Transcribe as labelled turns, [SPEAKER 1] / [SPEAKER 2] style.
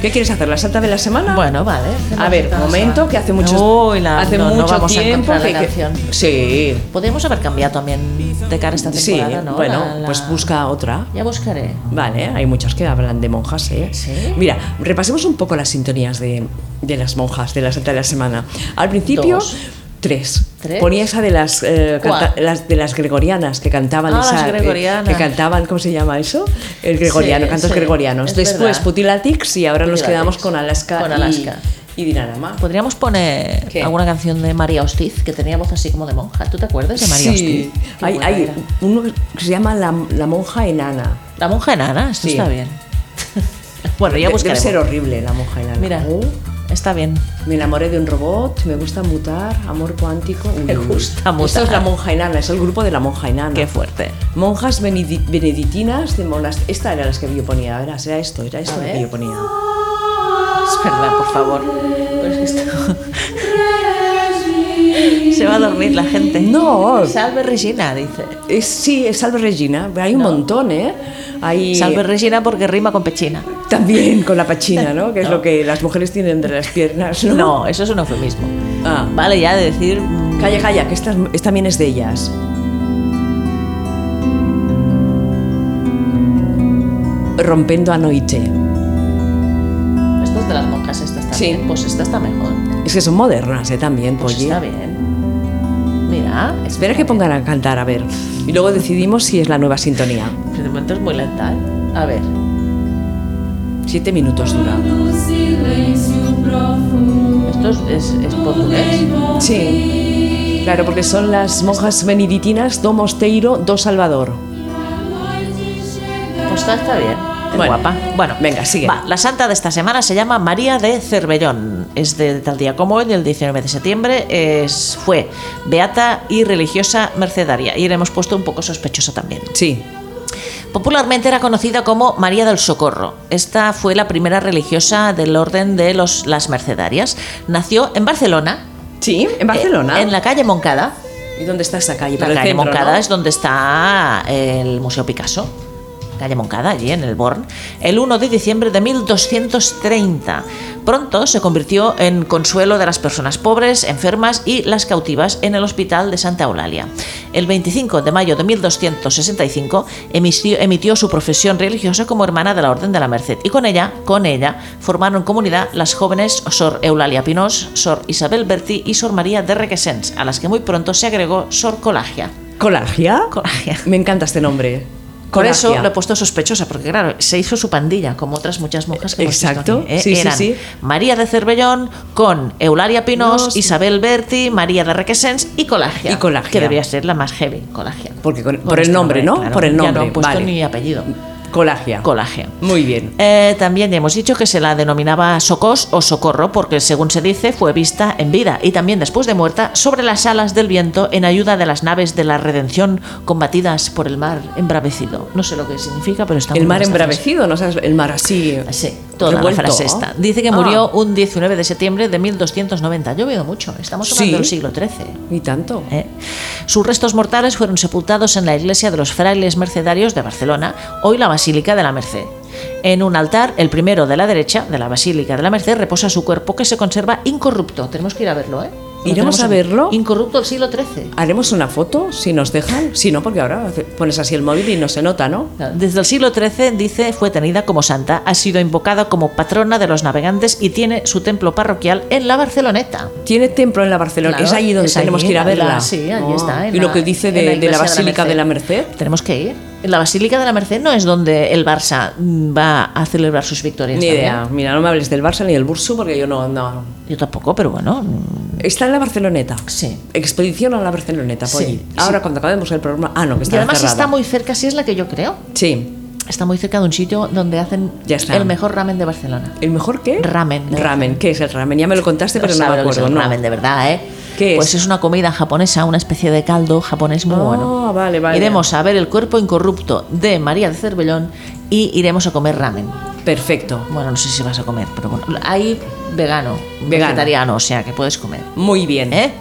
[SPEAKER 1] ¿Qué quieres hacer? ¿La salta de la semana?
[SPEAKER 2] Bueno, vale.
[SPEAKER 1] A ver, momento, que hace mucho,
[SPEAKER 2] Uy, la-
[SPEAKER 1] hace
[SPEAKER 2] no, no
[SPEAKER 1] mucho
[SPEAKER 2] vamos a
[SPEAKER 1] tiempo
[SPEAKER 2] encontrar
[SPEAKER 1] que,
[SPEAKER 2] la
[SPEAKER 1] que-
[SPEAKER 2] canción.
[SPEAKER 1] Sí,
[SPEAKER 2] Podemos haber cambiado también de cara a esta
[SPEAKER 1] sí.
[SPEAKER 2] temporada, ¿no?
[SPEAKER 1] Bueno,
[SPEAKER 2] La- la-
[SPEAKER 1] pues busca otra.
[SPEAKER 2] Ya buscaré.
[SPEAKER 1] Vale, hay muchas que hablan de monjas, ¿eh?
[SPEAKER 2] Sí.
[SPEAKER 1] Mira, repasemos un poco las sintonías de, de las monjas de la Santa de la Semana. Al principio,
[SPEAKER 2] Dos.
[SPEAKER 1] tres.
[SPEAKER 2] ¿Tres?
[SPEAKER 1] Ponía esa de las, eh,
[SPEAKER 2] ¿Cuál?
[SPEAKER 1] canta- las- de las gregorianas que cantaban
[SPEAKER 2] Ah,
[SPEAKER 1] esa,
[SPEAKER 2] las
[SPEAKER 1] eh,
[SPEAKER 2] gregorianas.
[SPEAKER 1] que cantaban, ¿cómo se llama eso? El gregoriano,
[SPEAKER 2] Sí,
[SPEAKER 1] cantos
[SPEAKER 2] sí,
[SPEAKER 1] gregorianos.
[SPEAKER 2] es
[SPEAKER 1] Después
[SPEAKER 2] verdad.
[SPEAKER 1] Putilatix y ahora nos
[SPEAKER 2] Putilatix.
[SPEAKER 1] quedamos con Alaska,
[SPEAKER 2] Con
[SPEAKER 1] y-
[SPEAKER 2] Alaska.
[SPEAKER 1] y, Dinarama.
[SPEAKER 2] Podríamos poner
[SPEAKER 1] ¿Qué?
[SPEAKER 2] alguna canción de María Hostiz, que tenía voz así como de monja. ¿Tú te acuerdas de María
[SPEAKER 1] sí,
[SPEAKER 2] Hostiz? Qué
[SPEAKER 1] hay,
[SPEAKER 2] buena
[SPEAKER 1] hay
[SPEAKER 2] era.
[SPEAKER 1] uno que se llama La, la monja enana.
[SPEAKER 2] La monja enana, esto
[SPEAKER 1] Sí.
[SPEAKER 2] está bien. bueno,
[SPEAKER 1] De-
[SPEAKER 2] ya
[SPEAKER 1] Debe
[SPEAKER 2] buscaremos.
[SPEAKER 1] ser horrible la monja enana.
[SPEAKER 2] Mira,
[SPEAKER 1] Oh.
[SPEAKER 2] está bien.
[SPEAKER 1] Me enamoré de un robot, me gusta mutar, amor cuántico. Uy,
[SPEAKER 2] Me
[SPEAKER 1] uy, uy.
[SPEAKER 2] gusta
[SPEAKER 1] Esto
[SPEAKER 2] mutar.
[SPEAKER 1] es la monja enana, es el grupo de la monja enana.
[SPEAKER 2] Qué fuerte.
[SPEAKER 1] Monjas benedi- benedictinas de monas. Esta era las que yo ponía, era, era esto, era esto
[SPEAKER 2] A
[SPEAKER 1] lo que
[SPEAKER 2] ver.
[SPEAKER 1] yo ponía.
[SPEAKER 2] Espera, por favor. Pero es que esto- Se va a dormir la gente.
[SPEAKER 1] No.
[SPEAKER 2] Salve Regina, dice.
[SPEAKER 1] Es- sí, es Salve Regina, hay un montón, ¿eh? Hay
[SPEAKER 2] Salve Regina porque rima con pechina.
[SPEAKER 1] también con la pachina, ¿no? Que es lo que las mujeres tienen entre las piernas, ¿no?
[SPEAKER 2] No, eso es un eufemismo.
[SPEAKER 1] Ah.
[SPEAKER 2] Vale, ya de decir. mm,
[SPEAKER 1] Calla, calla, que esta, es- esta también es de ellas. Rompendo a noche.
[SPEAKER 2] Esto es de las monjas, esta está
[SPEAKER 1] Sí.
[SPEAKER 2] bien. Pues esta está mejor.
[SPEAKER 1] Es que son modernas, ¿eh? También,
[SPEAKER 2] Pues
[SPEAKER 1] Polly.
[SPEAKER 2] está bien. Mira,
[SPEAKER 1] Espera que pongan a cantar, a ver. Y luego decidimos si es la nueva sintonía.
[SPEAKER 2] De momento es muy lenta. ¿eh? A ver.
[SPEAKER 1] Siete minutos dura.
[SPEAKER 3] No silêncio profundo
[SPEAKER 2] Esto es, es, es portugués.
[SPEAKER 1] Sí. Claro, porque son las monjas benedictinas, dos Mosteiro, dos Salvador.
[SPEAKER 2] Pues está, está bien. Es
[SPEAKER 1] Bueno.
[SPEAKER 2] guapa. Bueno,
[SPEAKER 1] Venga, sigue.
[SPEAKER 2] Va, la santa de esta semana se llama María de Cervellón. Es de tal día como hoy, del 19 de septiembre. Es, fue beata y religiosa mercedaria. Y le hemos puesto un poco sospechosa también.
[SPEAKER 1] Sí.
[SPEAKER 2] Popularmente era conocida como María del Socorro. Esta fue la primera religiosa del orden de los, las mercedarias. Nació en Barcelona.
[SPEAKER 1] Sí, en Barcelona.
[SPEAKER 2] eh, En la calle Moncada.
[SPEAKER 1] ¿Y dónde está esa calle?
[SPEAKER 2] La
[SPEAKER 1] Por el
[SPEAKER 2] calle
[SPEAKER 1] centro,
[SPEAKER 2] Moncada
[SPEAKER 1] ¿no?
[SPEAKER 2] es donde está el Museo Picasso. Calle Moncada, allí en el Born, el 1 de diciembre de 1230. Pronto se convirtió en consuelo de las personas pobres, enfermas y las cautivas en el Hospital de Santa Eulalia. El 25 de mayo de 1265 emisió- emitió su profesión religiosa como hermana de la Orden de la Merced y con ella, con ella, formaron comunidad las jóvenes Sor Eulalia Pinós, Sor Isabel Berti y Sor María de Requesens, a las que muy pronto se agregó Sor Colagia.
[SPEAKER 1] ¿Colagia?
[SPEAKER 2] Colagia.
[SPEAKER 1] Me encanta este nombre.
[SPEAKER 2] Por eso
[SPEAKER 1] Colagia.
[SPEAKER 2] lo he puesto sospechosa, porque claro, se hizo su pandilla, como otras muchas monjas que hemos visto
[SPEAKER 1] Exacto.
[SPEAKER 2] aquí, ¿eh?
[SPEAKER 1] Sí, sí,
[SPEAKER 2] Eran
[SPEAKER 1] sí.
[SPEAKER 2] María de Cervellón con Eulalia Pinós,
[SPEAKER 1] Nos-
[SPEAKER 2] Isabel Berti, María de Requesens y Colagia.
[SPEAKER 1] Y Colagia.
[SPEAKER 2] Que debería ser la más heavy, Colagia.
[SPEAKER 1] Porque con-
[SPEAKER 2] Con
[SPEAKER 1] por el
[SPEAKER 2] este
[SPEAKER 1] nombre, ¿no?
[SPEAKER 2] claro.
[SPEAKER 1] por el nombre.
[SPEAKER 2] Ya no he puesto
[SPEAKER 1] vale.
[SPEAKER 2] ni apellido.
[SPEAKER 1] Colagia.
[SPEAKER 2] Colagia.
[SPEAKER 1] Muy bien.
[SPEAKER 2] Eh, también ya hemos dicho que se la denominaba Socos o Socorro porque, según se dice, fue vista en vida y también después de muerta sobre las alas del viento en ayuda de las naves de la redención combatidas por el mar embravecido. No sé lo que significa, pero está muy
[SPEAKER 1] El mar
[SPEAKER 2] bien esta frase.
[SPEAKER 1] embravecido, ¿no sabes? El mar así.
[SPEAKER 2] Sí, toda
[SPEAKER 1] revuelto.
[SPEAKER 2] la frase está. Dice que
[SPEAKER 1] Ah,
[SPEAKER 2] murió un 19 de septiembre de 1290. Yo veo mucho, estamos hablando
[SPEAKER 1] Sí.
[SPEAKER 2] del siglo XIII.
[SPEAKER 1] y tanto.
[SPEAKER 2] ¿eh? Sus restos mortales fueron sepultados en la iglesia de los frailes mercedarios de Barcelona, hoy la Basílica de la Merced. En un altar, el primero de la derecha, de la Basílica de la Merced, reposa su cuerpo que se conserva incorrupto. Tenemos que ir a verlo, ¿eh? Lo
[SPEAKER 1] ¿Iremos
[SPEAKER 2] tenemos
[SPEAKER 1] a
[SPEAKER 2] aquí.
[SPEAKER 1] verlo?
[SPEAKER 2] Incorrupto del siglo XIII.
[SPEAKER 1] Haremos una foto si nos dejan. Si no, porque ahora hace- pones así el móvil y no se nota, ¿no?
[SPEAKER 2] Desde el siglo XIII, dice, fue tenida como santa, ha sido invocada como patrona de los navegantes y tiene su templo parroquial en la Barceloneta.
[SPEAKER 1] Tiene templo en la Barcelona.
[SPEAKER 2] Claro,
[SPEAKER 1] es allí donde
[SPEAKER 2] es
[SPEAKER 1] tenemos
[SPEAKER 2] allí,
[SPEAKER 1] que ir a
[SPEAKER 2] en la-
[SPEAKER 1] verla.
[SPEAKER 2] sí, allí
[SPEAKER 1] Ah,
[SPEAKER 2] está, en
[SPEAKER 1] Y
[SPEAKER 2] la-
[SPEAKER 1] lo que dice
[SPEAKER 2] en
[SPEAKER 1] de
[SPEAKER 2] la
[SPEAKER 1] de la,
[SPEAKER 2] iglesia de la
[SPEAKER 1] Basílica de la Merced.
[SPEAKER 2] Tenemos que ir. La Basílica de la Merced no es donde el Barça mm, va a celebrar sus victorias.
[SPEAKER 1] Ni
[SPEAKER 2] también.
[SPEAKER 1] idea. Mira, no me hables del Barça ni del Bursu porque yo no. no.
[SPEAKER 2] Yo tampoco, pero bueno. mm,
[SPEAKER 1] Está en la Barceloneta.
[SPEAKER 2] Sí.
[SPEAKER 1] Expedición a la Barceloneta,
[SPEAKER 2] Sí,
[SPEAKER 1] Polly.
[SPEAKER 2] sí.
[SPEAKER 1] Ahora cuando acabemos el programa. Ah, no, que
[SPEAKER 2] Y
[SPEAKER 1] está
[SPEAKER 2] además
[SPEAKER 1] cerrada.
[SPEAKER 2] está muy cerca, si es la que yo creo.
[SPEAKER 1] Sí.
[SPEAKER 2] Está muy cerca de un sitio donde hacen
[SPEAKER 1] Ya está.
[SPEAKER 2] el mejor ramen de Barcelona.
[SPEAKER 1] ¿El mejor qué?
[SPEAKER 2] Ramen.
[SPEAKER 1] Ramen. ¿Qué es el ramen? Ya me lo contaste, pero no
[SPEAKER 2] sabe
[SPEAKER 1] me
[SPEAKER 2] Pues lo que es
[SPEAKER 1] acuerdo.
[SPEAKER 2] el
[SPEAKER 1] no.
[SPEAKER 2] ramen de verdad, ¿eh?
[SPEAKER 1] ¿Qué
[SPEAKER 2] pues
[SPEAKER 1] es?
[SPEAKER 2] es una comida japonesa, una especie de caldo japonés muy
[SPEAKER 1] Ah,
[SPEAKER 2] bueno.
[SPEAKER 1] vale, vale.
[SPEAKER 2] Iremos a ver el cuerpo incorrupto de María de Cervellón y iremos a comer ramen.
[SPEAKER 1] Perfecto.
[SPEAKER 2] Bueno, no sé si vas a comer, pero bueno. Hay vegano,
[SPEAKER 1] Vegano.
[SPEAKER 2] vegetariano, o sea que puedes comer.
[SPEAKER 1] Muy bien.
[SPEAKER 2] ¿Eh?